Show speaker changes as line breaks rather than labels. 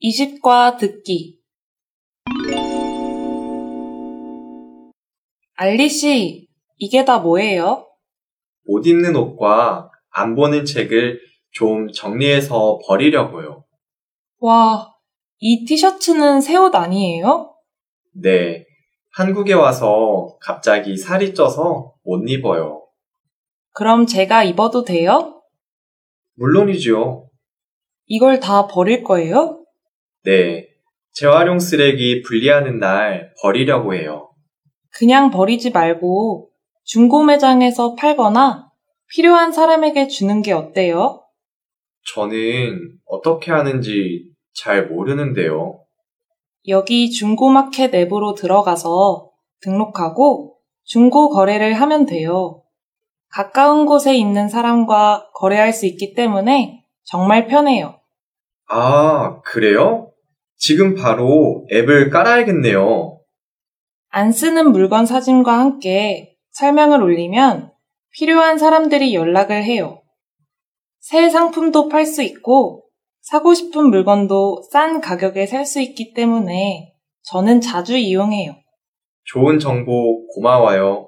이십과 듣기 알리 씨, 이게 다 뭐예요?
옷 입는 옷과 안 보는 책을 좀 정리해서 버리려고요.
와, 이 티셔츠는 새 옷 아니에요?
네. 한국에 와서 갑자기 살이 쪄서 못 입어요.
그럼 제가 입어도 돼요?
물론이죠.
이걸 다 버릴 거예요?
네. 재활용 쓰레기 분리하는 날 버리려고 해요.
그냥 버리지 말고 중고 매장에서 팔거나 필요한 사람에게 주는 게 어때요?
저는 어떻게 하는지 잘 모르는데요.
여기 중고마켓 앱으로 들어가서 등록하고 중고 거래를 하면 돼요. 가까운 곳에 있는 사람과 거래할 수 있기 때문에 정말 편해요.
아, 그래요? 지금 바로 앱을 깔아야겠네요.
안 쓰는 물건 사진과 함께 설명을 올리면 필요한 사람들이 연락을 해요. 새 상품도 팔 수 있고 사고 싶은 물건도 싼 가격에 살 수 있기 때문에 저는 자주 이용해요.
좋은 정보 고마워요.